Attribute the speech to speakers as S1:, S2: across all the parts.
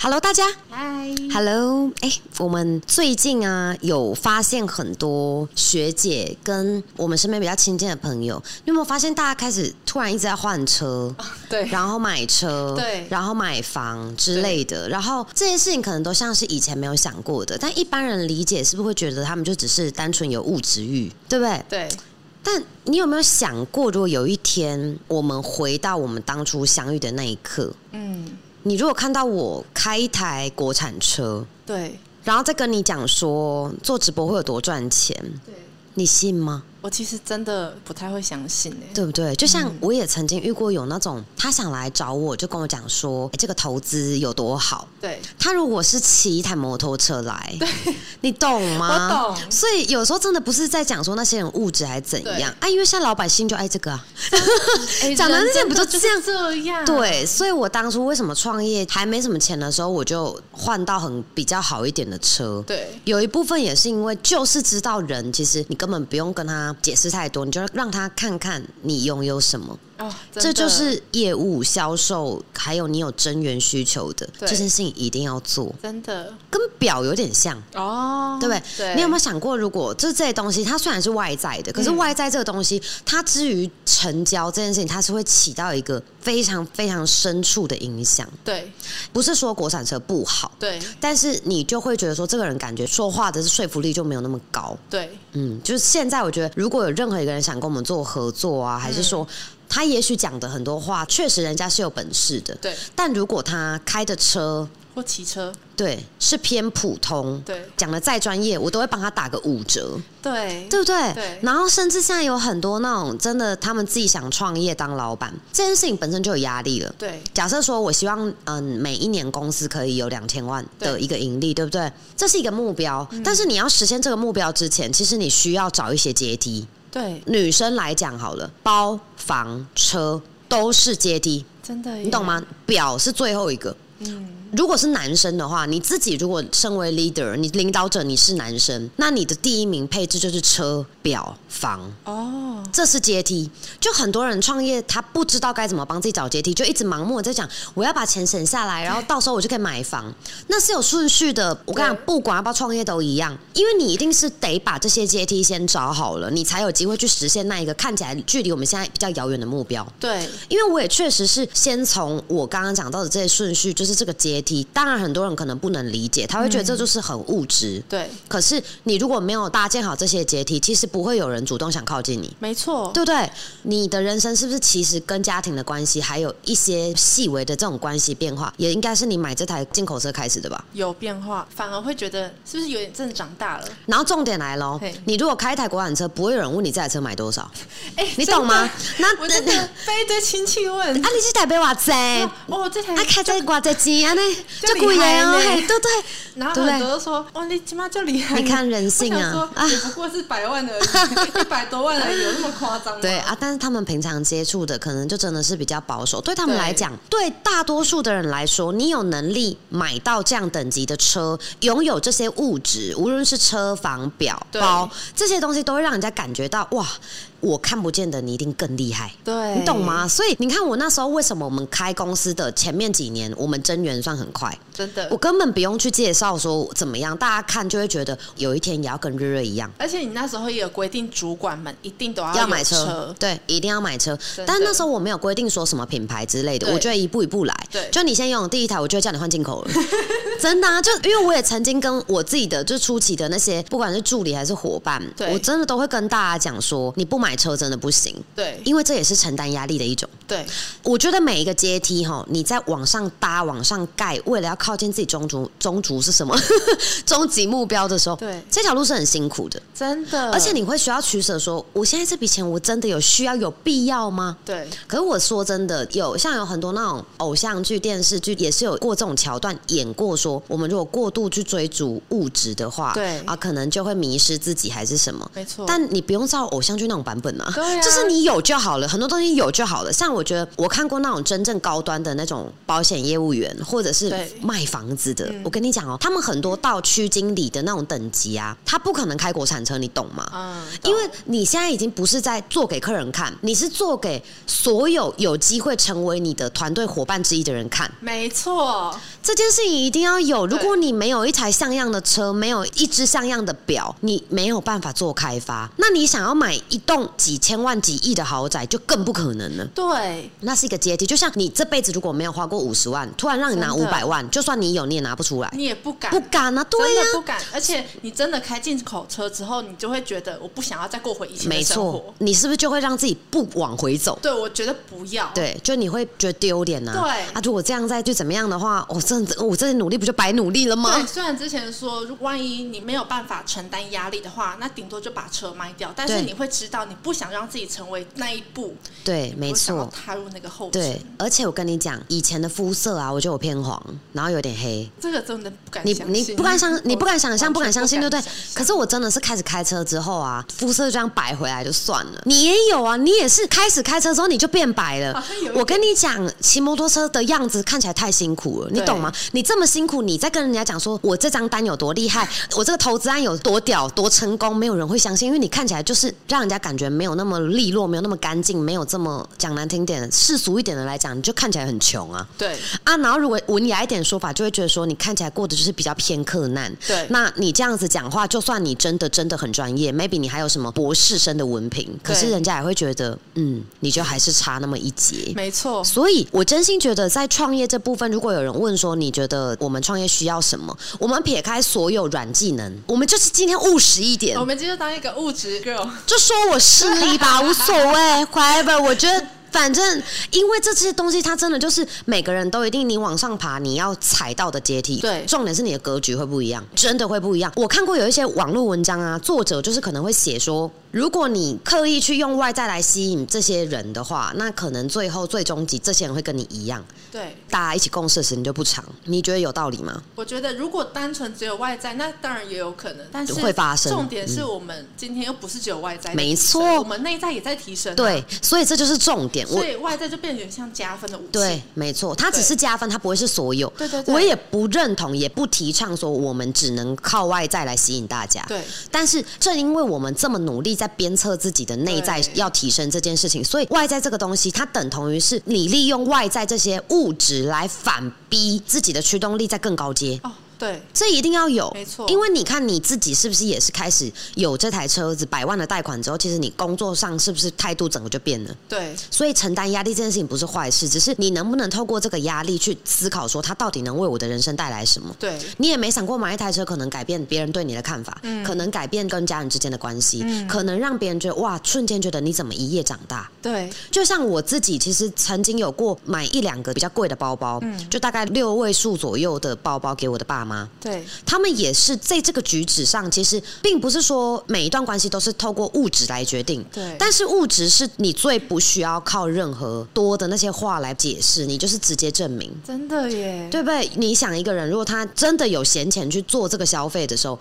S1: Hello，大家
S2: 嗨，
S1: ，Hello，哎、我们最近啊有发现很多学姐跟我们身边比较亲近的朋友，你有没有发现大家开始突然一直在换 车？
S2: 对
S1: 然后买车，
S2: 对
S1: 然后买房之类的，然后这些事情可能都像是以前没有想过的，但一般人理解是不是会觉得他们就只是单纯有物质欲，对不对？
S2: 对，
S1: 但你有没有想过，如果有一天我们回到我们当初相遇的那一刻，
S2: 嗯，
S1: 你如果看到我开一台国产车，
S2: 对，
S1: 然后再跟你讲说做直播会有多赚钱，
S2: 对，
S1: 你信吗？
S2: 我其实真的不太会相信哎、
S1: 对不对？就像我也曾经遇过有那种他想来找我，就跟我讲
S2: 嗯
S1: 说，哎，这个投资有多好。
S2: 对，
S1: 他如果是骑一台摩托车来， 你懂吗？
S2: 我懂
S1: 所以有时候真的不是在讲说那些人物质还怎样啊，因为现在老百姓就爱这个啊。
S2: 哎
S1: 讲的那些
S2: 人
S1: 不就
S2: 真的
S1: 这样
S2: 是这样？
S1: 对，所以我当初为什么创业还没什么钱的时候，我就换到很比较好一点的车。
S2: 对
S1: 有一部分也是因为，就是知道人，其实你根本不用跟他解释太多，你就让他看看你拥有什么，
S2: 哦，真
S1: 这
S2: 的
S1: 就是业务、销售，还有你有真源需求的这
S2: 对
S1: 件事情一定要做，
S2: 真的
S1: 跟表有点像。
S2: 哦，
S1: 对不对？
S2: 对，
S1: 你有没有想过，如果就是这些东西，它虽然是外在的，可是
S2: 嗯
S1: 外在这个东西，它至于成交这件事情，它是会起到一个非常非常深处的影响。
S2: 对
S1: 不是说国产车不好，
S2: 对
S1: 但是你就会觉得说，这个人感觉说话的是说服力就没有那么高。
S2: 对
S1: 嗯，就是现在我觉得，如果有任何一个人想跟我们做合作啊，还是说他也许讲的很多话，确实人家是有本事的，
S2: 对，
S1: 但如果他开的车
S2: 或骑车，
S1: 对是偏普通，
S2: 对
S1: 讲的再专业，我都会帮他打个五折。
S2: 对
S1: 对不对？
S2: 对
S1: 然后甚至现在有很多那种真的，他们自己想创业当老板，这件事情本身就有压力了。
S2: 对
S1: 假设说，我希望嗯，每一年公司可以有两千万的
S2: 对
S1: 一个盈利，对不对？这是一个目标，但是你要实现这个目标之前，其实你需要找一些阶梯。
S2: 对，
S1: 女生来讲好了，包、房、车都是阶梯，
S2: 真的，
S1: 你懂？吗？表是最后一个。
S2: 嗯，
S1: 如果是男生的话，你自己如果身为 leader，你领导者，你是男生，那你的第一名配置就是车、表、房，
S2: 哦，
S1: 这是阶梯。就很多人创业，他不知道该怎么帮自己找阶梯，就一直盲目的在讲我要把钱省下来，然后到时候我就可以买房，那是有顺序的。我跟你讲
S2: 对，
S1: 不管要不要创业都一样，因为你一定是得把这些阶梯先找好了，你才有机会去实现那一个看起来距离我们现在比较遥远的目标。
S2: 对
S1: 因为我也确实是先从我刚刚讲到的这些顺序，就是这个阶梯。当然，很多人可能不能理解，他会觉得这就是很物质。
S2: 对，
S1: 可是你如果没有搭建好这些阶梯，其实不会有人主动想靠近你，
S2: 没错，
S1: 对不对？你的人生是不是其实跟家庭的关系，还有一些细微的这种关系变化，也应该是你买这台进口车开始的吧？
S2: 有变化，反而会觉得是不是有点真的长大了？
S1: 然后重点来喽
S2: 嘿，
S1: 你如果开一台国产车，不会有人问你这台车买多少，
S2: 哎、
S1: 你
S2: 真
S1: 懂吗
S2: 的？
S1: 那
S2: 我真的被一堆亲戚问
S1: 啊，，你是台北哇塞？
S2: 哦，这台
S1: 啊，开在挂在钱安尼，
S2: 就
S1: 就贵的哦，
S2: 厉害呢
S1: 嘿对对。
S2: 然后
S1: 对不对
S2: 很多都说，哇，你起码就厉害。
S1: 你看人性啊
S2: 我想说也不过是百万而已， 一百多万而已，有那么夸张吗？
S1: 对啊，但是他们平常接触的可能就真的是比较保守，对他们
S2: 对
S1: 来讲，对大多数的人来说，你有能力买到这样等级的车，拥有这些物质，无论是车、房、表、
S2: 对
S1: 包这些东西，都会让人家感觉到哇，我看不见的你一定更厉害。
S2: 对，
S1: 你懂？吗？所以你看，我那时候为什么我们开公司的前面几年，我们增援算很快，
S2: 真的
S1: 我，根本不用去介绍说怎么样，大家看就会觉得有一天也要跟瑞瑞一样。
S2: 而且你那时候也有规定，主管们一定都
S1: 要
S2: 啊有
S1: 买
S2: 车，
S1: 对，一定要买车
S2: 的。
S1: 但那时候我没有规定说什么品牌之类的，
S2: 对
S1: 我觉得一步一步来。
S2: 对
S1: 就你先拥有第一台，我就会叫你换进口了。 真的啊，就因为我也曾经跟我自己的就初期的那些，不管是助理还是伙伴，
S2: 对
S1: 我真的都会跟大家讲说，你不买车真的不行，
S2: 对
S1: 因为这也是承担压力的一种。
S2: 对
S1: 我觉得每一个阶梯哈，你在往上搭、往上盖，为了要靠近自己中途中途是什么 终极目标的时候，
S2: 对，
S1: 这条路是很辛苦的。
S2: 真的，
S1: 而且你会需要取舍说，我现在这笔钱我真的有需要有必要吗？
S2: 对
S1: 可是我说真的，有像有很多那种偶像剧、电视剧也是有过这种桥段演过说，我们如果过度去追逐物质的话，
S2: 对
S1: 啊，可能就会迷失自己还是什么。
S2: 没错，
S1: 但你不用照偶像剧那种版本嘛，
S2: 对啊
S1: 就是你有就好了，很多东西有就好了。像我我觉得我看过那种真正高端的那种保险业务员，或者是
S2: 对嗯
S1: 卖房子的，我跟你讲哦，他们很多到区经理的那种等级啊，他不可能开国产车，你懂吗？
S2: 嗯，
S1: 因为你现在已经不是在做给客人看，你是做给所有有机会成为你的团队伙伴之一的人看。
S2: 没错，
S1: 这件事情一定要有。如
S2: 对
S1: 果你没有一台像样的车，没有一只像样的表，你没有办法做开发。那你想要买一栋几千万、几亿的豪宅，就更不可能了。
S2: 对，
S1: 那是一个阶梯，就像你这辈子如果没有花过五十万，突然让你拿五
S2: 真的
S1: 百万，就算你有，你也拿不出来，
S2: 你也不敢，
S1: 不敢啊！对
S2: 真
S1: 呀、
S2: 的不敢。而且你真的开进口车之后，你就会觉得我不想要再过回以前
S1: 没
S2: 的生
S1: 错
S2: 活。，
S1: 你是不是就会让自己不往回走？
S2: 对，我觉得不要。，
S1: 对，就你会觉得丢脸呐、啊。
S2: 对
S1: 啊，如果这样再去怎么样的话，我、真的我这努力不就白努力了吗
S2: 对，？虽然之前说，如万一你没有办法承担压力的话，那顶多就把车卖掉。但是
S1: 对
S2: 你会知道，你不想让自己成为那一步，
S1: 对，没
S2: 不想要
S1: 错。
S2: 踏入那个后
S1: 对
S2: 尘。，
S1: 而且我跟你讲，以前的肤色啊，我觉得我偏黄，然后有点黑。
S2: 这个真的不敢
S1: 你
S2: 相信，
S1: 你不敢想，你不敢想象，
S2: 我
S1: 不敢相信，对不对
S2: 完全不敢？想
S1: 可是我真的是开始开车之后啊，肤色就这样白回来就算了。你也有啊，你也是开始开车之后你就变白了
S2: 好像有一。点
S1: 我跟你讲，骑摩托车的样子看起来太辛苦了，你
S2: 对
S1: 懂吗？你这么辛苦，你在跟人家讲说我这张单有多厉 害，我这个投资案有多屌、多成功，没有人会相信，因为你看起来就是让人家感觉没有那么利落，没有那么干净，没有这么讲难听点、世俗一点的来讲，你就看起来很穷啊。
S2: 对
S1: 啊，然后如果文雅一点说法，就会觉得说你看起来过的就是比较偏克难。
S2: 对
S1: 那你这样子讲话，就算你真的真的很专业，maybe 你还有什么博士生的文凭，可是
S2: 对
S1: 人家也会觉得，嗯，你就还是差那么一截。
S2: 没错，
S1: 所以，我真心觉得在创业这部分，如果有人问说你觉得我们创业需要什么，我们撇开所有软技能，我们就是今天务实一点
S2: 我，们今天就当一个物质 girl，
S1: 就说我失礼吧，无所谓，whatever。我 觉得反正因为这些东西，它真的就是每个人都一定，你往上爬，你要踩到的阶梯。
S2: 对
S1: 重点是你的格局会不一样，真的会不一样。我看过有一些网络文章啊，作者就是可能会写说。如果你刻意去用外在来吸引这些人的话，那可能最后最终极这些人会跟你一样，
S2: 对。
S1: 大家一起共事的时间就不长。你觉得有道理吗？
S2: 我觉得如果单纯只有外在，那当然也有可能，但是
S1: 会发生嗯
S2: 重点是我们今天又不是只有外在的提升，
S1: 没错
S2: 我们内在也在提升、，
S1: 对，所以这就是重点。我
S2: 所以外在就变成像加分的武器。
S1: 对，没错，它只
S2: 对
S1: 是加分，它不会是所有。
S2: 对对对
S1: 我也不认同，也不提倡说我们只能靠外在来吸引大家。
S2: 对
S1: 但是正因为我们这么努力在鞭策自己的内在
S2: 对
S1: 要提升这件事情，所以外在这个东西，它等同于是你利用外在这些物质来反逼自己的驱动力在更高阶。
S2: 哦，对
S1: 这一定要有，
S2: 没错
S1: 因为你看你自己是不是也是开始有这台车子百万的贷款之后，其实你工作上是不是态度整个就变了？
S2: 对
S1: 所以承担压力这件事情不是坏事，只是你能不能透过这个压力去思考，说它到底能为我的人生带来什么。
S2: 对
S1: 你也没想过买一台车，可能改变别人对你的看法，
S2: 嗯
S1: 可能改变跟家人之间的关系，可能让别人觉得哇，瞬间觉得你怎么一夜长大。
S2: 对
S1: 就像我自己，其实曾经有过买一两个比较贵的包包，就大概六位数左右的包包给我的爸妈，
S2: 对
S1: 他们也是在这个举止上，其实并不是说每一段关系都是透过物质来决定，
S2: 对
S1: 但是物质是你最不需要靠任何多的那些话来解释，你就是直接证明。
S2: 真的耶，
S1: 对不对？你想一个人，如果他真的有闲钱去做这个消费的时候，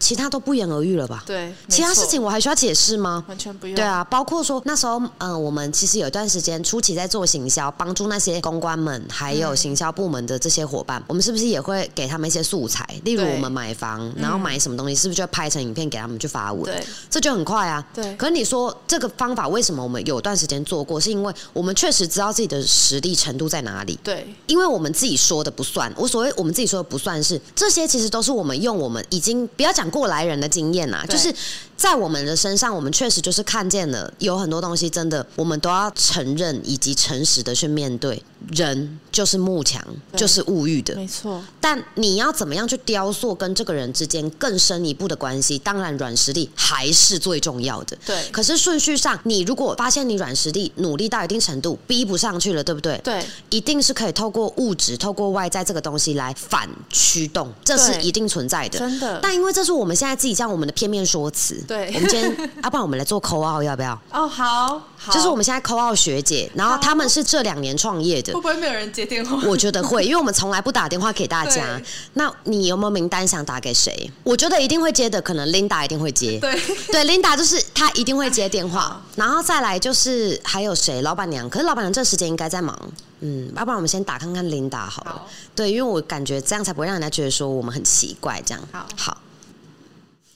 S1: 其他都不言而喻了吧？
S2: 嗯对，
S1: 其他
S2: 没错
S1: 事情我还需要解释吗？
S2: 完全不用。
S1: 对啊，包括说那时候，嗯、我们其实有一段时间初期在做行销，帮助那些公关们还
S2: 嗯
S1: 有行销部门的这些伙伴，我们是不是也会给他们一些素材？例如
S2: 对
S1: 我们买房，然后买什么东西，是不是就拍成影片给他们去发文？
S2: 对
S1: 这就很快啊。
S2: 对
S1: 可是你说这个方法为什么我们有段时间做过？是因为我们确实知道自己的实力程度在哪里。
S2: 对
S1: 因为我们自己说的不算，我所谓我们自己说的不算是这些，其实都是我们用我们已经不要讲过来人的经验啦，
S2: 对
S1: 就是在我们的身上，我们确实就是看见了有很多东西，真的我们都要承认以及诚实的去面对。人就是慕强，
S2: 对
S1: 就是物欲的，
S2: 没错，
S1: 但你要怎么样去雕塑跟这个人之间更深一步的关系？当然，软实力还是最重要的。
S2: 对
S1: 可是顺序上，你如果发现你软实力努力到一定程度，逼不上去了，对不对？
S2: 对
S1: 一定是可以透过物质、透过外在这个东西来反驱动，这是
S2: 对
S1: 一定存在的。
S2: 真的
S1: 但因为这是我们现在自己将我们的片面说辞，
S2: 对
S1: 我们今天，啊要、不然我们来做 co 奥要不要？
S2: 哦，好，好，
S1: 就是我们现在 co 奥学姐，然后他们是这两年创业的
S2: 会不，会没有人接电话？
S1: 我觉得会，因为我们从来不打电话给大家
S2: 对。
S1: 那你有没有名单想打给谁？我觉得一定会接的，可能 Linda 一定会接。
S2: 对，
S1: 对，Linda 就是她一定会接电话，然后再来就是还有谁？老板娘，可是老板娘这时间应该在忙，嗯，要不然我们先打看看 Linda 好了。
S2: 好
S1: 对，因为我感觉这样才不会让人家觉得说我们很奇怪这样。
S2: 好
S1: 好，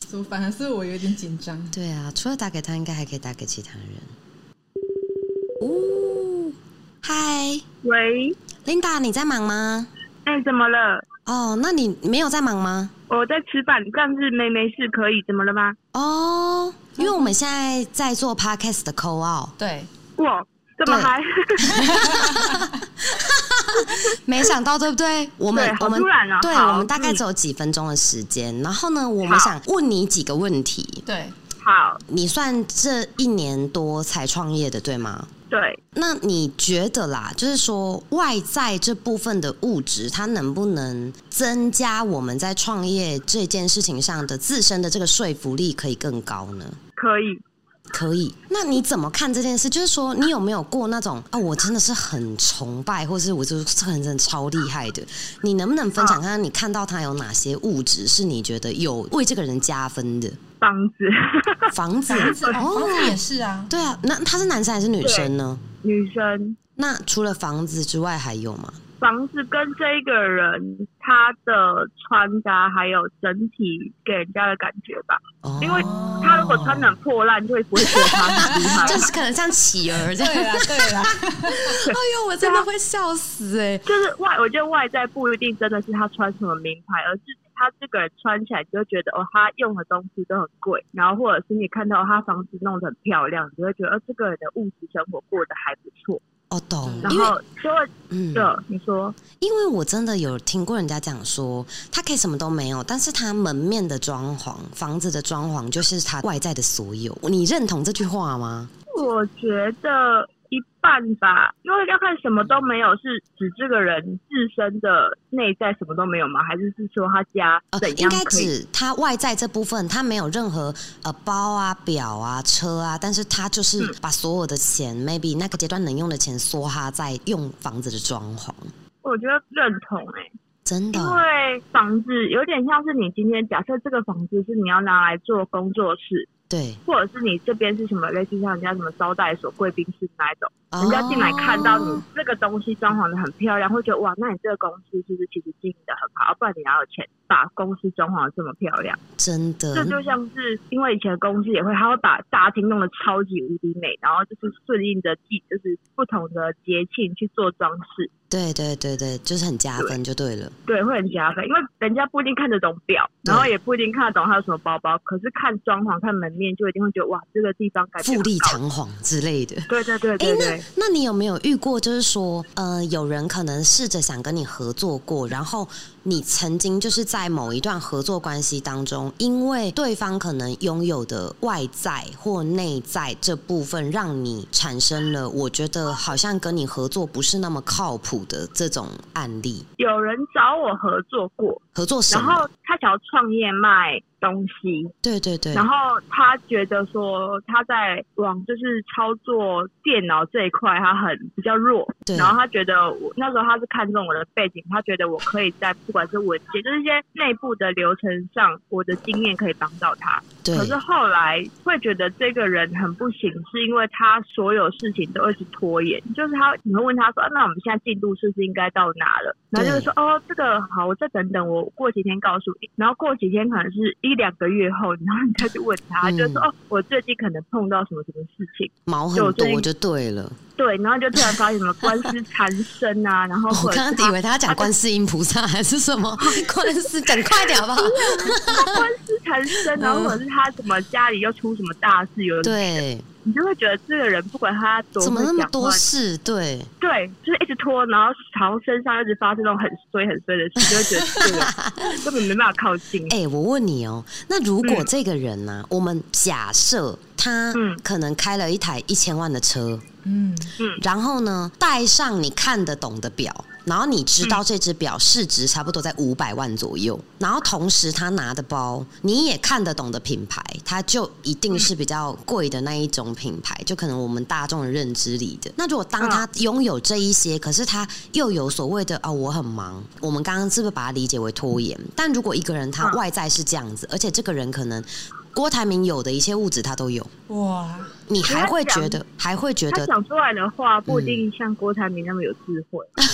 S3: 怎么反而是我有点紧张？
S1: 对啊，除了打给他，应该还可以打给其他人。哦，嗨
S4: 喂，
S1: ，Linda，你在忙吗？
S4: 哎、怎么了？
S1: 哦，那你没有在忙吗？
S4: 我在吃饭，但是没没事，可以？怎么了吗？
S1: 哦，因为我们现在在做 podcast 的 call out，
S3: 对，
S4: 哇，怎
S1: 对
S4: 么还？
S1: 没想到对不对？我们
S4: 对好
S1: 我们
S4: 突然哦
S1: 对
S4: 好
S1: 我们大概
S4: 嗯
S1: 只有几分钟的时间。然后呢，我们
S4: 好
S1: 想问你几个问题。
S3: 对，
S4: 好，
S1: 你算这一年多才创业的对吗？
S4: 对，
S1: 那你觉得啦，就是说外在这部分的物质，它能不能增加我们在创业这件事情上的自身的这个说服力可以更高呢？
S4: 可以。
S1: 可以，那你怎么看这件事？就是说，你有没有过那种啊，我真的是很崇拜，或是我就是这个人真的超厉害的？你能不能
S4: 啊
S1: 分享看看你看到他有哪些物质是你觉得有为这个人加分的？
S4: 房子， 啊
S1: 房子
S4: 哎
S3: 房
S1: 哦，
S3: 子也是 啊，
S1: 对啊，那他是男生还是女生呢？
S4: 女生，
S1: 那除了房子之外还有吗？
S4: 房子跟这个人他的穿搭还有整体给人家的感觉吧。
S1: 哦，
S4: 因为他如果穿的破烂，就会不会觉得他 很厉害。
S1: 就是可能像企鹅这样。
S3: 对啦，对啦，
S1: 哎呦，我真的会笑死哎、
S4: 就是外，我觉得外在不一定真的是他穿什么名牌，而是他这个人穿起来，你就会觉得哦，他用的东西都很贵，然后或者是你看到他房子弄得很漂亮，你就会觉得哦，这个人的物质生活过得还不错，
S1: 哦，懂，
S4: 然
S1: 因为
S4: 后就会
S1: 嗯
S4: 的你说
S1: 因为我真的有听过人家讲说，他可以什么都没有，但是他门面的装潢、房子的装潢就是他外在的所有。你认同这句话吗？
S4: 我觉得一半吧，因为要看什么都没有，是指这个人自身的内在什么都没有吗？还是是说他家
S1: 呃，
S4: 怎
S1: 应
S4: 样
S1: 该
S4: 可以？
S1: 指他外在这部分，他没有任何呃包啊、表啊、车啊，但是他
S4: 嗯
S1: 就是把所有的钱、m a y b e 那个阶段能用的钱梭哈在用房子的装潢，
S4: 我觉得认同哎、
S1: 真的
S4: 因
S1: 哦
S4: 为房子有点像是你今天假设这个房子是你要拿来做工作室，
S1: 对，
S4: 或者是你这边是什么类似像人家什么招待所、贵宾室那一种，
S1: 人
S4: 人家进来看到你这个东西装潢的很漂亮，会觉得哇，那你这个公司是不是其实经营的很好？啊不然你哪有钱把公司装潢得这么漂亮？
S1: 真
S4: 这
S1: 的，
S4: 就像是因为以前公司也会，他会把大厅弄得超级无敌美，然后就是顺应着季就是不同的节庆去做装饰。
S1: 对对对对，就是很加分就对了。
S4: 对，会很加分，因为人家不一定看得懂表，
S1: 对
S4: 然后也不一定看得懂他有什么包包，可是看装潢、看门面就一定会觉得哇，这个地方感觉
S1: 富丽
S4: 很高
S1: 堂皇之类的。
S4: 对对对
S1: 哎、
S4: 对对，
S1: 那那你有没有遇过，就是说，呃，有人可能试着想跟你合作过，然后你曾经就是在某一段合作关系当中，因为对方可能拥有的外在或内在这部分，让你产生了我觉得好像跟你合作不是那么靠谱的这种案例。
S4: 有人找我合作过，
S1: 合作什
S4: 然
S1: 么？
S4: 后他想要创业卖东西，
S1: 对对对，
S4: 然后他觉得说他在往就是操作电脑这一块他很比较弱，
S1: 对
S4: 然后他觉得我那时候他是看中我的背景，他觉得我可以在不管是文件就是一些内部的流程上，我的经验可以帮到他。
S1: 对
S4: 可是后来会觉得这个人很不行，是因为他所有事情都一直拖延。就是他，你会问他说：“啊那我们现在进度是不是应该到哪了？”然后就会说：“哦，这个好，我再等等，我过几天告诉你。”然后过几天可能是一两个月后，然后你再去问他，
S1: 嗯
S4: 就说：“哦，我最近可能碰到什么什么事情。”
S1: 毛很
S4: 就最
S1: 多
S4: 近
S1: 就对了。
S4: 对，然后就突然发现什么官司缠身 啊，然后
S1: 我
S4: 或者
S1: 刚
S4: 是
S1: 刚以
S4: 他
S1: 为他讲观世音菩萨还是什 么观世，讲快点好不好？
S4: 官司缠身，然后或者是他什么家里又出什么大事，有
S1: 嗯对，
S4: 你就会觉得这个人不管他多
S1: 怎么
S4: 会
S1: 那么
S4: 讲
S1: 多
S4: 话
S1: 事？对，
S4: 对，就是一直拖，然后好像身上一直发生那种很衰很衰的事，就会觉得这 个根本没办法靠近。
S1: 哎、我问你哦，那如果
S4: 嗯
S1: 这个人呢、我们假设他
S4: 嗯
S1: 可能开了一台一千万的车，
S3: 嗯，
S1: 然后呢，戴上你看得懂的表，然后你知道这只表市值差不多在五百万左右，然后同时他拿的包你也看得懂的品牌，它就一定是比较贵的那一种品牌，就可能我们大众的认知里的。那如果当他拥有这一些，可是他又有所谓的啊、我很忙，我们刚刚是不是把它理解为拖延？但如果一个人他
S4: 嗯
S1: 外在是这样子，而且这个人可能郭台铭有的一切物质他都有，
S3: 哇，
S1: 你还会觉
S4: 他
S1: 得还会觉
S4: 他
S1: 得
S4: 讲出来的话不一定像郭台铭那么有智慧，
S1: 嗯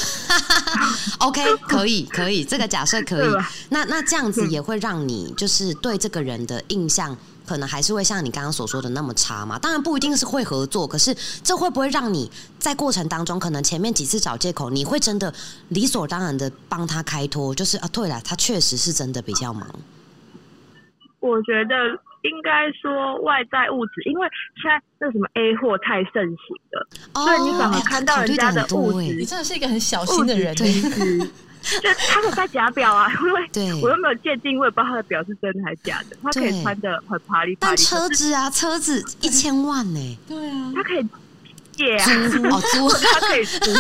S1: OK，可以，可以，这个假设 可以
S4: 对吧。
S1: 那那这样子
S4: 嗯
S1: 也会让你就是对这个人的印象，可能还是会像你刚刚所说的那么差嘛？当然不一定是会合作，可是这会不会让你在过程当中，可能前面几次找借口，你会真的理所当然的帮他开脱，就是啊，对了，他确实是真的比较忙。
S4: 我觉得。应该说外在物质，因为现在那什么 A 货太盛行了，
S1: 哦
S4: 对你反而
S1: 哎
S4: 看
S1: 他
S4: 到
S1: 考虑
S4: 人家
S1: 得
S4: 的
S1: 很
S4: 物
S1: 多哎
S4: 质
S5: 你真的是一个很小心的人，
S2: 欸
S1: 对
S4: 就他们戴假表啊，因为
S1: 对
S4: 我又没有鉴定，我也不知道他的表是真的还是假的。他可
S1: 对
S4: 以穿的很啪里啪
S1: 但
S4: 里，
S1: 车子啊，车 子一千万呢、
S3: 对啊，
S4: 他可以借啊，
S1: 租哦租，
S4: 他可以租。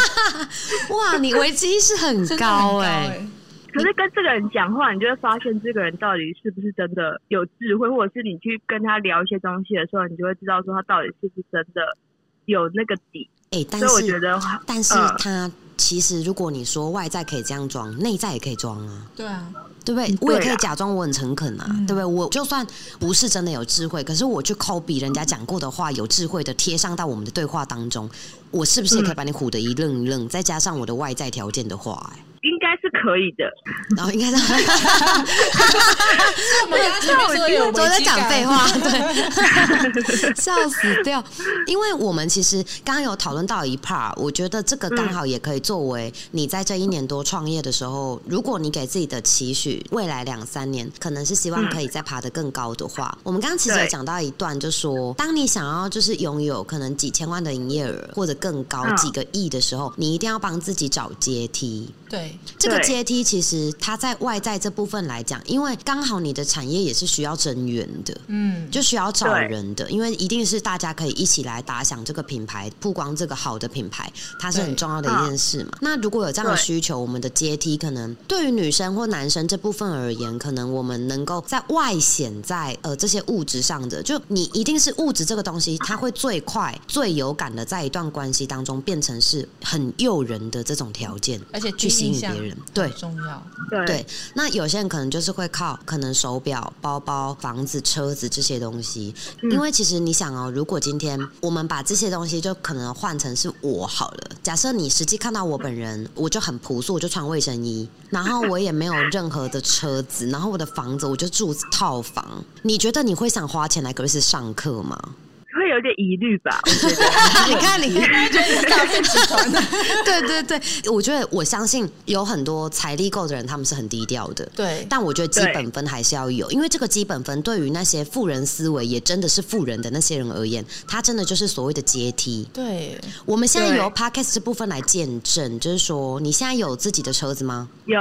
S1: 哇，你危机意识 很
S3: 真的很
S1: 高
S3: 高
S2: 欸
S1: 哎、
S4: 欸
S3: 哎，
S4: 可是跟这个人讲话，你就会发现这个人到底是不是真的有智慧，或者是你去跟他聊一些东西的时候，你就会知道说他到底是不是真的有那个底。
S1: 哎、但
S4: 所
S1: 是
S4: 以我觉得，
S1: 但是
S4: 嗯
S1: 他其实，如果你说外在可以这样装，内在也可以装啊，
S3: 对啊，
S1: 对不对？我也
S4: 嗯对
S1: 可
S4: 啦
S1: 以假装我很诚恳啊，
S3: 嗯
S1: 对不对？我就算不是真的有智慧，可是我去抠比人家讲过的话，有智慧的贴上到我们的对话当中，我是不是也
S4: 嗯
S1: 可以把你唬得一愣一愣？再加上我的外在条件的话、哎
S4: 应该是可以的。
S1: 然后应该是
S5: 我们刚刚前面说的有危
S1: 都在
S5: 机
S1: 讲
S5: 感
S1: 废话， 对，笑死掉。因为我们其实刚刚有讨论到一 part，我觉得这个刚好也可以作为你在这一年多创业的时候，如果你给自己的期许，未来两三年可能是希望可以再爬得更高 的话，我们刚刚其实有
S4: 对
S1: 讲到一段，就说当你想要就是拥有可能几千万的营业额或者更高
S4: 嗯
S1: 几个亿的时候，你一定要帮自己找阶梯。
S5: 对，
S1: 这个
S4: 对
S1: 阶梯其实它在外在这部分来讲，因为刚好你的产业也是需要增援的，
S5: 嗯，
S1: 就需要找
S4: 对
S1: 人的，因为一定是大家可以一起来打响这个品牌，曝光这个好的品牌，它是很
S5: 对
S1: 重要的一件事
S4: 嗯
S1: 嘛。那如果有这样的需求，我们的阶梯可能对于女生或男生这部分而言，可能我们能够在外显在呃这些物质上的，就你一定是物质这个东西，它会最快、最有感的在一段关系当中变成是很诱人的这种条件，
S5: 而且
S1: 去
S5: 去
S1: 吸
S5: 印
S1: 引
S5: 象
S1: 别人。对，
S5: 重 要，
S4: 对，
S1: 对，那有些人可能就是会靠可能手表、包包、房子、车子这些东西，
S4: 嗯
S1: 因为其实你想哦，如果今天我们把这些东西就可能换成是我好了，假设你实际看到我本人，我就很朴素，我就穿卫生衣，然后我也没有任何的车子，然后我的房子我就住套房，你觉得你会想花钱来格瑞斯上课吗？
S4: 会有点疑虑吧？我觉得
S1: 你 看你。
S5: 诈骗集团的，
S1: 对对对，我觉得我相信有很多财力够的人，他们是很低调的。
S5: 对，
S1: 但我觉得基
S4: 对
S1: 本分还是要有，因为这个基本分对于那些富人思维也真的是富人的那些人而言，它真的就是所谓的阶梯。
S5: 对，
S1: 我们现在
S4: 对
S1: 由 podcast 这部分来见证，就是说你现在有自己的车子吗？
S4: 有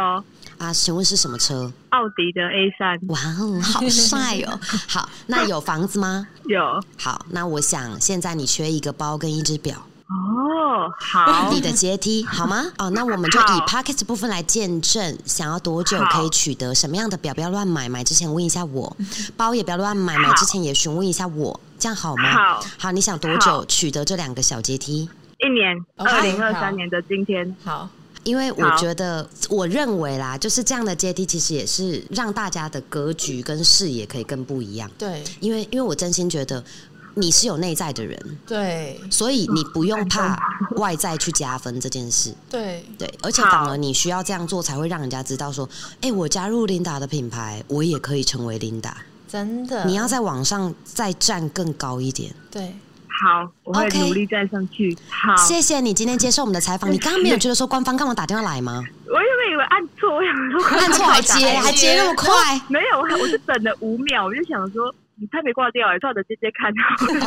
S1: 啊，请问是什么车？
S4: 奥迪的 A 三，
S1: 哇哦，好帅哦！好，那有房子吗？
S4: 有哦
S1: 好，那我想现在你缺一个包跟一只表。
S4: 哦，好
S1: 你，的阶梯好 吗？哦，那我们就以
S4: 好
S1: podcast 部分来见证，想要多久可以取得什么样的表？不要乱买，买之前问一下 我；包也不要乱买，买之前也询问一下我，这样好吗？
S4: 好
S1: 你想多久取得这两个小阶梯？
S4: 一年
S5: 哦
S4: 二零二
S5: 好
S4: 三年的今天，
S5: 好，
S1: 因为我
S4: 好
S1: 觉得，我认为啦，就是这样的阶梯，其实也是让大家的格局跟视野可以更不一样。
S5: 对
S1: 因为，因为我真心觉得你是有内在的人，
S5: 对
S1: 所以你不用 怕外在去加分这件事。
S5: 对，
S1: 对，而且反
S4: 好
S1: 而你需要这样做，才会让人家知道说，哎、我加入琳达的品牌，我也可以成为琳达。
S5: 真的，
S4: 嗯
S1: 你要在网上再站更高一点。
S5: 对，
S4: 好，我会
S1: OK
S4: 努力站上去。好，
S1: 谢谢你今天接受我们的采访。你刚刚没有觉得说官方干嘛打电话来 吗？
S4: 我原本以为按错，我想说
S1: 按错还接，还接那么快。
S4: 啊没有，我我是等了五秒，我就想说你差点挂掉、欸，照着直接看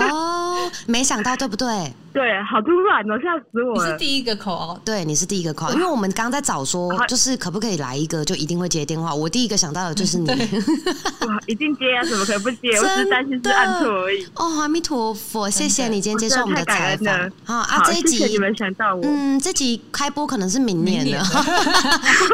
S4: 到。
S1: 哦，没想到对不对？
S4: 对，好突然哦，吓死
S5: 你
S4: 我
S5: 是
S4: 了。
S5: 第一个 call out，
S1: 对，你是第一个 call，因为我们刚刚在找说，就是可不可以来一个就一定会接电话。我第一个想到的就是你，
S4: 哇，一定接啊，怎么可能不接？我只是担心是按错而已。
S1: 哦，阿弥陀佛，谢谢你今天接受我们的采
S4: 真的太感
S1: 访
S4: 恩了。
S1: 好啊，这一
S4: 谢谢
S1: 集
S4: 你们想到我，
S1: 嗯，这集开播可能是明年
S5: 明年
S1: 了，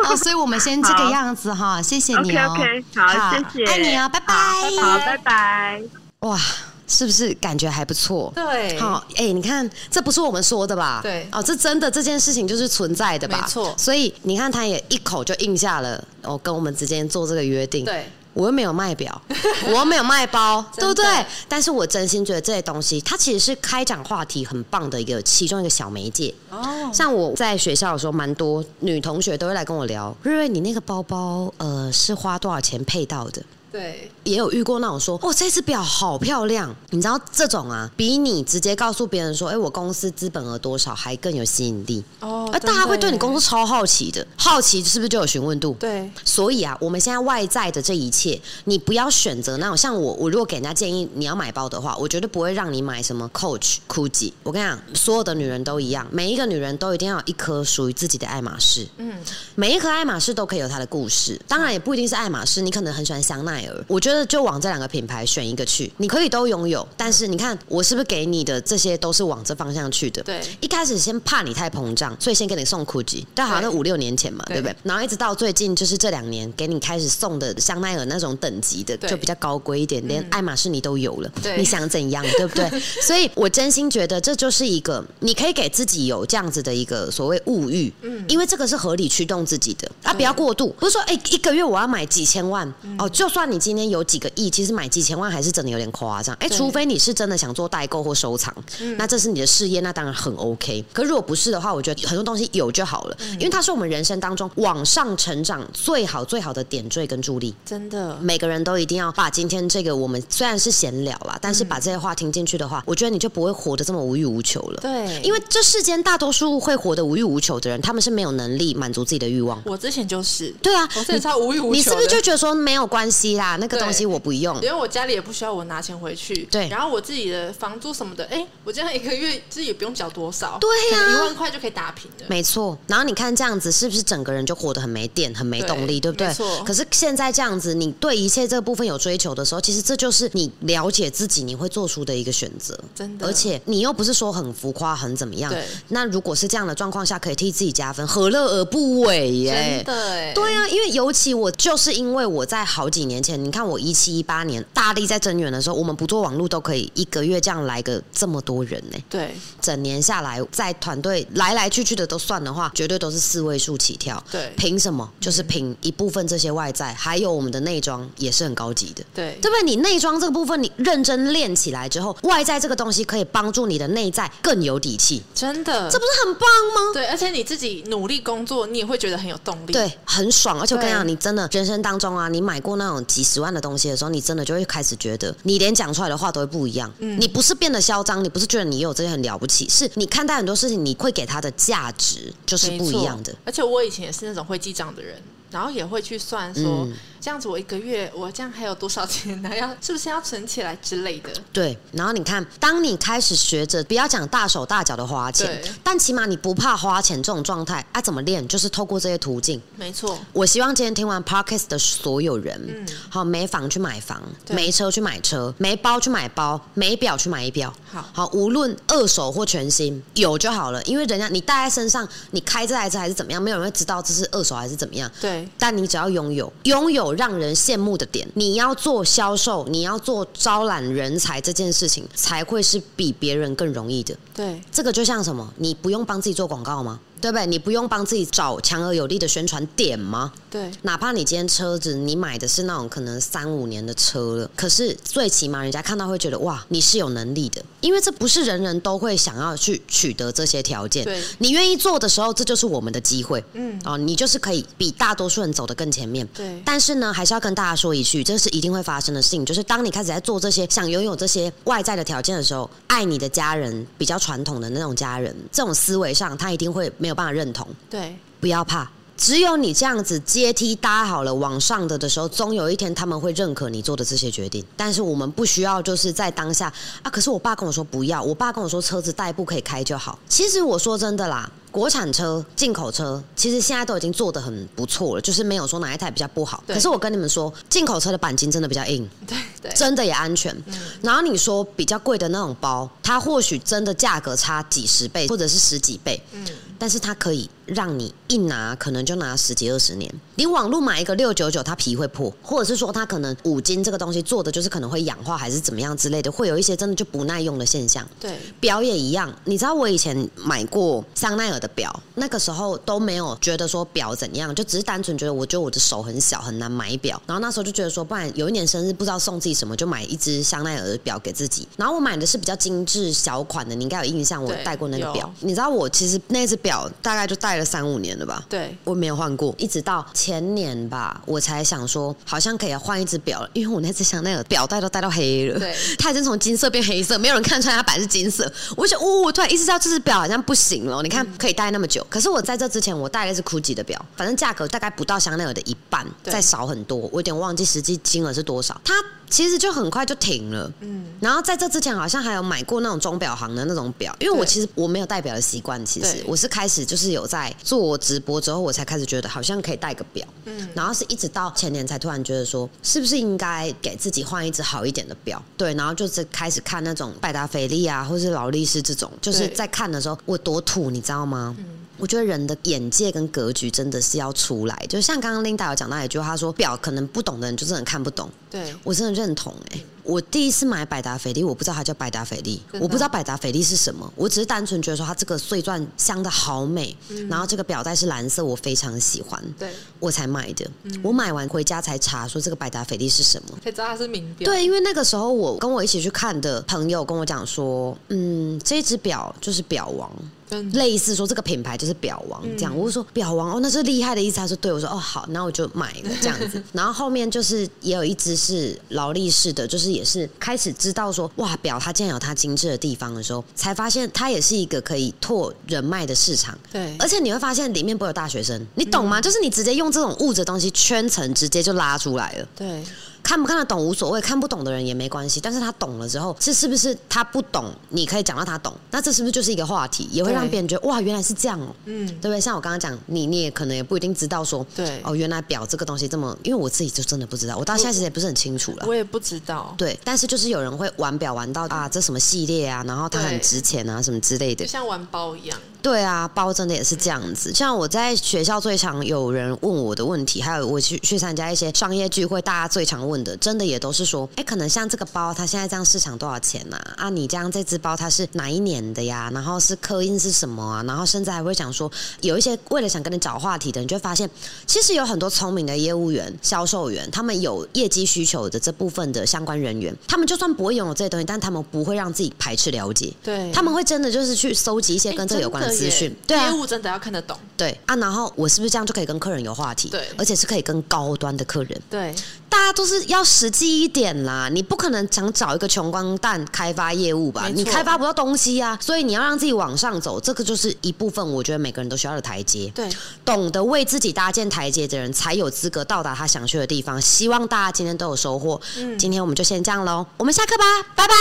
S1: 好，所以我们先这个样子哈，谢谢你哦
S4: OK，OK，好谢谢
S1: 爱你哦，拜拜，
S4: 好，拜拜。
S1: 哇，是不是感觉还不错？
S5: 对
S1: 好，哎、你看，这不是我们说的吧？
S5: 对
S1: 哦，这真的这件事情就是存在的吧？
S5: 没错
S1: 所以你看，他也一口就应下了，哦，跟我们之间做这个约定。
S5: 对，
S1: 我又没有卖 表，我又没有卖包，对
S5: 真
S1: 不
S5: 的
S1: 对？但是我真心觉得这些东西，它其实是开展话题很棒的一个其中一个小媒介。
S5: 哦，
S1: 像我在学校的时候，蛮多女同学都会来跟我聊，瑞瑞，你那个包包，呃，是花多少钱配到的？
S5: 对，
S1: 也有遇过那种说，哦，这只表好漂亮，你知道这种啊，比你直接告诉别人说，哎、我公司资本额多少，还更有吸引力。哎
S5: 哦
S1: 呃而大家会对你工作超好奇的，好奇是不是就有询问度？
S5: 对
S1: 所以啊，我们现在外在的这一切，你不要选择那种像我，我如果给人家建议你要买包的话，我绝对不会让你买什么 Coach、Gucci。我跟你讲，所有的女人都一样，每一个女人都一定要有一颗属于自己的爱马仕。
S5: 嗯，
S1: 每一颗爱马仕都可以有它的故事，当然也不一定是爱马仕，你可能很喜欢香奈儿，我觉得就往这两个品牌选一个去，你可以都拥有。但是你看，我是不是给你的这些都是往这方向去的？
S5: 对
S1: 一开始先怕你太膨胀，所以先给你送 Gucci，但好像那
S5: 对
S1: 五六年前嘛，对
S5: 对
S1: 不对？然后一直到最近，就是这两年给你开始送的香奈儿那种等级的，
S5: 对嗯
S1: 就比较高贵一点，连爱马仕你都有了，
S5: 对
S1: 你想怎样，对不对？所以我真心觉得这就是一个，你可以给自己有这样子的一个所谓物欲，嗯，因为这个是合理驱动自己的啊，不要过度，不是说哎、一个月我要买几千万、哦，就算你今天有几个亿，其实买几千万还是真的有点夸张，哎、
S5: 对
S1: 除非你是真的想做代购或收藏，那这是你的事业，那当然很 OK。可如果不是的话，我觉得很多东西有就好了，因为它是我们人生当中往上成长最好最好的点缀跟助力。
S5: 真的
S1: 每个人都一定要把今天这个我们虽然是闲聊
S5: 嗯
S1: 啦，但是把这些话听进去的话，我觉得你就不会活得这么无欲无求了。
S5: 对，
S1: 因为这世间大多数会活得无欲无求的人，他们是没有能力满足自己的欲望。
S5: 我之前就是，
S1: 对啊，
S5: 我之前超无欲无求的
S1: 你是不是就觉得说没有关系啦？那个东西
S5: 对
S1: 我不用。
S5: 因为我家里也不需要我拿钱回去，
S1: 对
S5: 然后我自己的房租什么的，哎，我这样一个月自己也不用缴多少，
S1: 对呀
S5: 可能一万块就可以打平了，
S1: 没错，然后你看这样子是不是整个人就活得很没电、很没动力，
S5: 对
S1: 对不对
S5: 没？错
S1: 可是现在这样子，你对一切这部分有追求的时候，其实这就是你了解自己，你会做出的一个选择。
S5: 真的，
S1: 而且你又不是说很浮夸、很怎么样
S5: 对，
S1: 那如果是这样的状况下，可以替自己加分，何乐而不为耶
S5: 真？的哎，
S1: 对啊，因为尤其我就是因为我在好几年前，你看我一七一八年大力在增援的时候，我们不做网络都可以一个月这样来个这么多人呢、
S5: 对
S1: 整年下来，在团队来来去去的都算的话，绝对都是四位数起跳。
S5: 对
S1: 凭什么？就是凭一部分这些外在，还有我们的内装也是很高级的。
S5: 对
S1: 对不对？你内装这个部分，你认真练起来之后，外在这个东西可以帮助你的内在更有底气，
S5: 真的
S1: 这不是很棒吗？
S5: 对，而且你自己努力工作，你也会觉得很有动力。
S1: 对，很爽。而且我跟你讲，
S5: 对
S1: 你真的人生当中啊，你买过那种几十万的东西的时候，你真的就会开始觉得，你连讲出来的话都会不一样。
S5: 嗯
S1: 你不是变得嚣张，你不是觉得你有这些很了不起，是你看待很多事情，你会给它的价值就是
S5: 没
S1: 不
S5: 错，
S1: 一样的。
S5: 而且我以前也是那种会记账的人，然后也会去算说，
S1: 嗯
S5: 这样子我一个月我这样还有多少钱呢？ 要是不是要存起来之类的？
S1: 对，然后你看，当你开始学着不要讲大手大脚的花钱
S5: 对，
S1: 但起码你不怕花钱这种状态啊，怎么练？就是透过这些途径，
S5: 没错，
S1: 我希望今天听完 podcast 的所有人，好没房去买房，
S5: 嗯对
S1: 没车去买车，没包去买包，没表去买一表。
S5: 好
S1: 好，无论二手或全新，有就好了，因为人家你带在身上，你开这台车还是怎么样，没有人会知道这是二手还是怎么样。
S5: 对
S1: 但你只要拥有，拥有让人羡慕的点，你要做销售，你要做招揽人才这件事情，才会是比别人更容易的。
S5: 对
S1: 这个就像什么？你不用帮自己做广告吗？对不对？你不用帮自己找强而有力的宣传点吗？
S5: 对
S1: 哪怕你今天车子你买的是那种可能三五年的车了，可是最起码人家看到会觉得哇，你是有能力的，因为这不是人人都会想要去取得这些条件。
S5: 对
S1: 你愿意做的时候，这就是我们的机会。
S5: 嗯
S1: 哦，你就是可以比大多数人走得更前面。
S5: 对
S1: 但是呢，还是要跟大家说一句，这是一定会发生的事情，就是当你开始在做这些想拥有这些外在的条件的时候，爱你的家人比较传统的那种家人，这种思维上他一定会没有办法认同。
S5: 对
S1: 不要怕，只有你这样子阶梯搭好了往上的的时候，终有一天他们会认可你做的这些决定。但是我们不需要就是在当下啊，可是我爸跟我说不要，我爸跟我说车子代步可以开就好。其实我说真的啦。国产车、进口车，其实现在都已经做得很不错了，就是没有说哪一台比较不好。
S5: 对
S1: 可是我跟你们说，进口车的钣金真的比较硬，
S5: 对对，嗯
S1: 真的也安全。然后你说比较贵的那种包，它或许真的价格差几十倍或者是十几倍，
S5: 嗯，
S1: 但是它可以让你一拿可能就拿十几二十年。你网络买一个六九九，它皮会破，或者是说它可能五金这个东西做的就是可能会氧化还是怎么样之类的，会有一些真的就不耐用的现象。
S5: 对，
S1: 表也一样，你知道我以前买过香奈儿的表，那个时候都没有觉得说表怎样，就只是单纯觉得我觉得我的手很小，很难买表。然后那时候就觉得说，不然有一年生日不知道送自己什么，就买一只香奈儿的表给自己。然后我买的是比较精致小款的，你应该有印象，我
S5: 对
S1: 戴过那个表
S5: 有。
S1: 你知道我其实那只表大概就戴了三五年了吧？
S5: 对，
S1: 我没有换过，一直到前年吧，我才想说好像可以换一只表了，因为我那只香奈儿表带都戴到黑了，
S5: 对，
S1: 它已经从金色变黑色，没有人看出来它本来是金色。我就想，哦，我突然意识到这只表好像不行了。你看，可以戴那么久，可是我在这之前我戴了一只 GUCCI 的表，反正价格大概不到香奈儿的一半，
S5: 对
S1: 再少很多，我有点忘记实际金额是多少。它其实就很快就停了。
S5: 嗯，
S1: 然后在这之前好像还有买过那种钟表行的那种表，因为我
S5: 对
S1: 其实我没有戴表的习惯，其实
S5: 对
S1: 我是开始就是有在做直播之后，我才开始觉得好像可以戴个表，嗯
S5: 嗯，
S1: 然后是一直到前年才突然觉得说，是不是应该给自己换一只好一点的表？对，然后就是开始看那种百达翡丽啊，或是劳力士这种，就是
S5: 对嗯
S1: 在看的时候我多土，你知道吗？我觉得人的眼界跟格局真的是要出来，就像刚刚 Linda 有讲到一句话，她说表可能不懂的人就真的看不懂，
S5: 对，
S1: 我真的认同哎、我第一次买百达翡丽，我不知道它叫百达翡丽，
S5: 真的
S1: 我不知道百达翡丽是什么，我只是单纯觉得说它这个碎钻镶的好美，然后这个表带是蓝色，我非常喜欢，
S5: 对，
S1: 我才买的。
S5: 嗯
S1: 我买完回家才查说这个百达翡丽是什么。
S5: 可以知道它是名表，
S1: 对，因为那个时候我跟我一起去看的朋友跟我讲说，嗯，这只表就是表王，
S5: 真的，
S1: 类似说这个品牌就是表王这样，我就说表王哦，那是厉害的意思。他说对，我说哦好，那我就买了这样子。然后后面就是也有一只是劳力士的，就是也是开始知道说哇表它竟然有它精致的地方的时候，才发现它也是一个可以拓人脉的市场。
S2: 嗯
S5: 对，
S1: 而且你会发现里面不会有大学生，你懂吗？就是你直接用这种物质的东西圈层，直接就拉出来了。
S5: 对，
S1: 看不看得懂无所谓，看不懂的人也没关系。但是他懂了之后，这是不是他不懂？你可以讲到他懂，那这是不是就是一个话题，也会让
S5: 对
S1: 别人觉得哇，原来是这样哦、
S5: 嗯，
S1: 对不对？像我刚刚讲，你你也可能也不一定知道说，
S5: 对
S1: 哦，原来表这个东西这么，因为我自己就真的不知道，我到现在其实也不是很清楚了。
S5: 我也不知道，
S1: 对，但是就是有人会玩表玩到啊，这什么系列啊，然后它很
S5: 对
S1: 值钱啊，什么之类的
S5: 就。像玩包一样，
S1: 对啊，包真的也是这样子。像我在学校最常有人问我的问题，还有我去去参加一些商业聚会，大家最常问的，真的也都是说，哎，可能像这个包，它现在这样市场多少钱呐、啊？啊，你这样这只包它是哪一年的呀？然后是刻印是什么啊？然后甚至还会讲说，有一些为了想跟你找话题的，你就会发现其实有很多聪明的业务员、销售员，他们有业绩需求的这部分的相关人员，他们就算不会拥有这些东西，但他们不会让自己排斥了解。
S5: 对，
S1: 他们会真的就是去搜集一些
S5: 哎
S1: 跟这个有关
S5: 真
S1: 的
S5: 的
S1: 资
S5: 耶
S1: 讯，对啊
S5: 业，务真的要看得懂，
S1: 对啊，然后我是不是这样就可以跟客人有话题？
S5: 对
S1: 而且是可以跟高端的客人，
S5: 对，
S1: 大家都是要实际一点啦，你不可能想找一个穷光蛋开发业务吧？
S5: 没错
S1: 你开发不到东西啊，所以你要让自己往上走，这个就是一部分，我觉得每个人都需要的台阶。
S5: 对，
S1: 懂得为自己搭建台阶的人，才有资格到达他想去的地
S5: 嗯
S1: 方。希望大家今天都有收获，今天我们就先这样喽，我们下课吧，拜拜。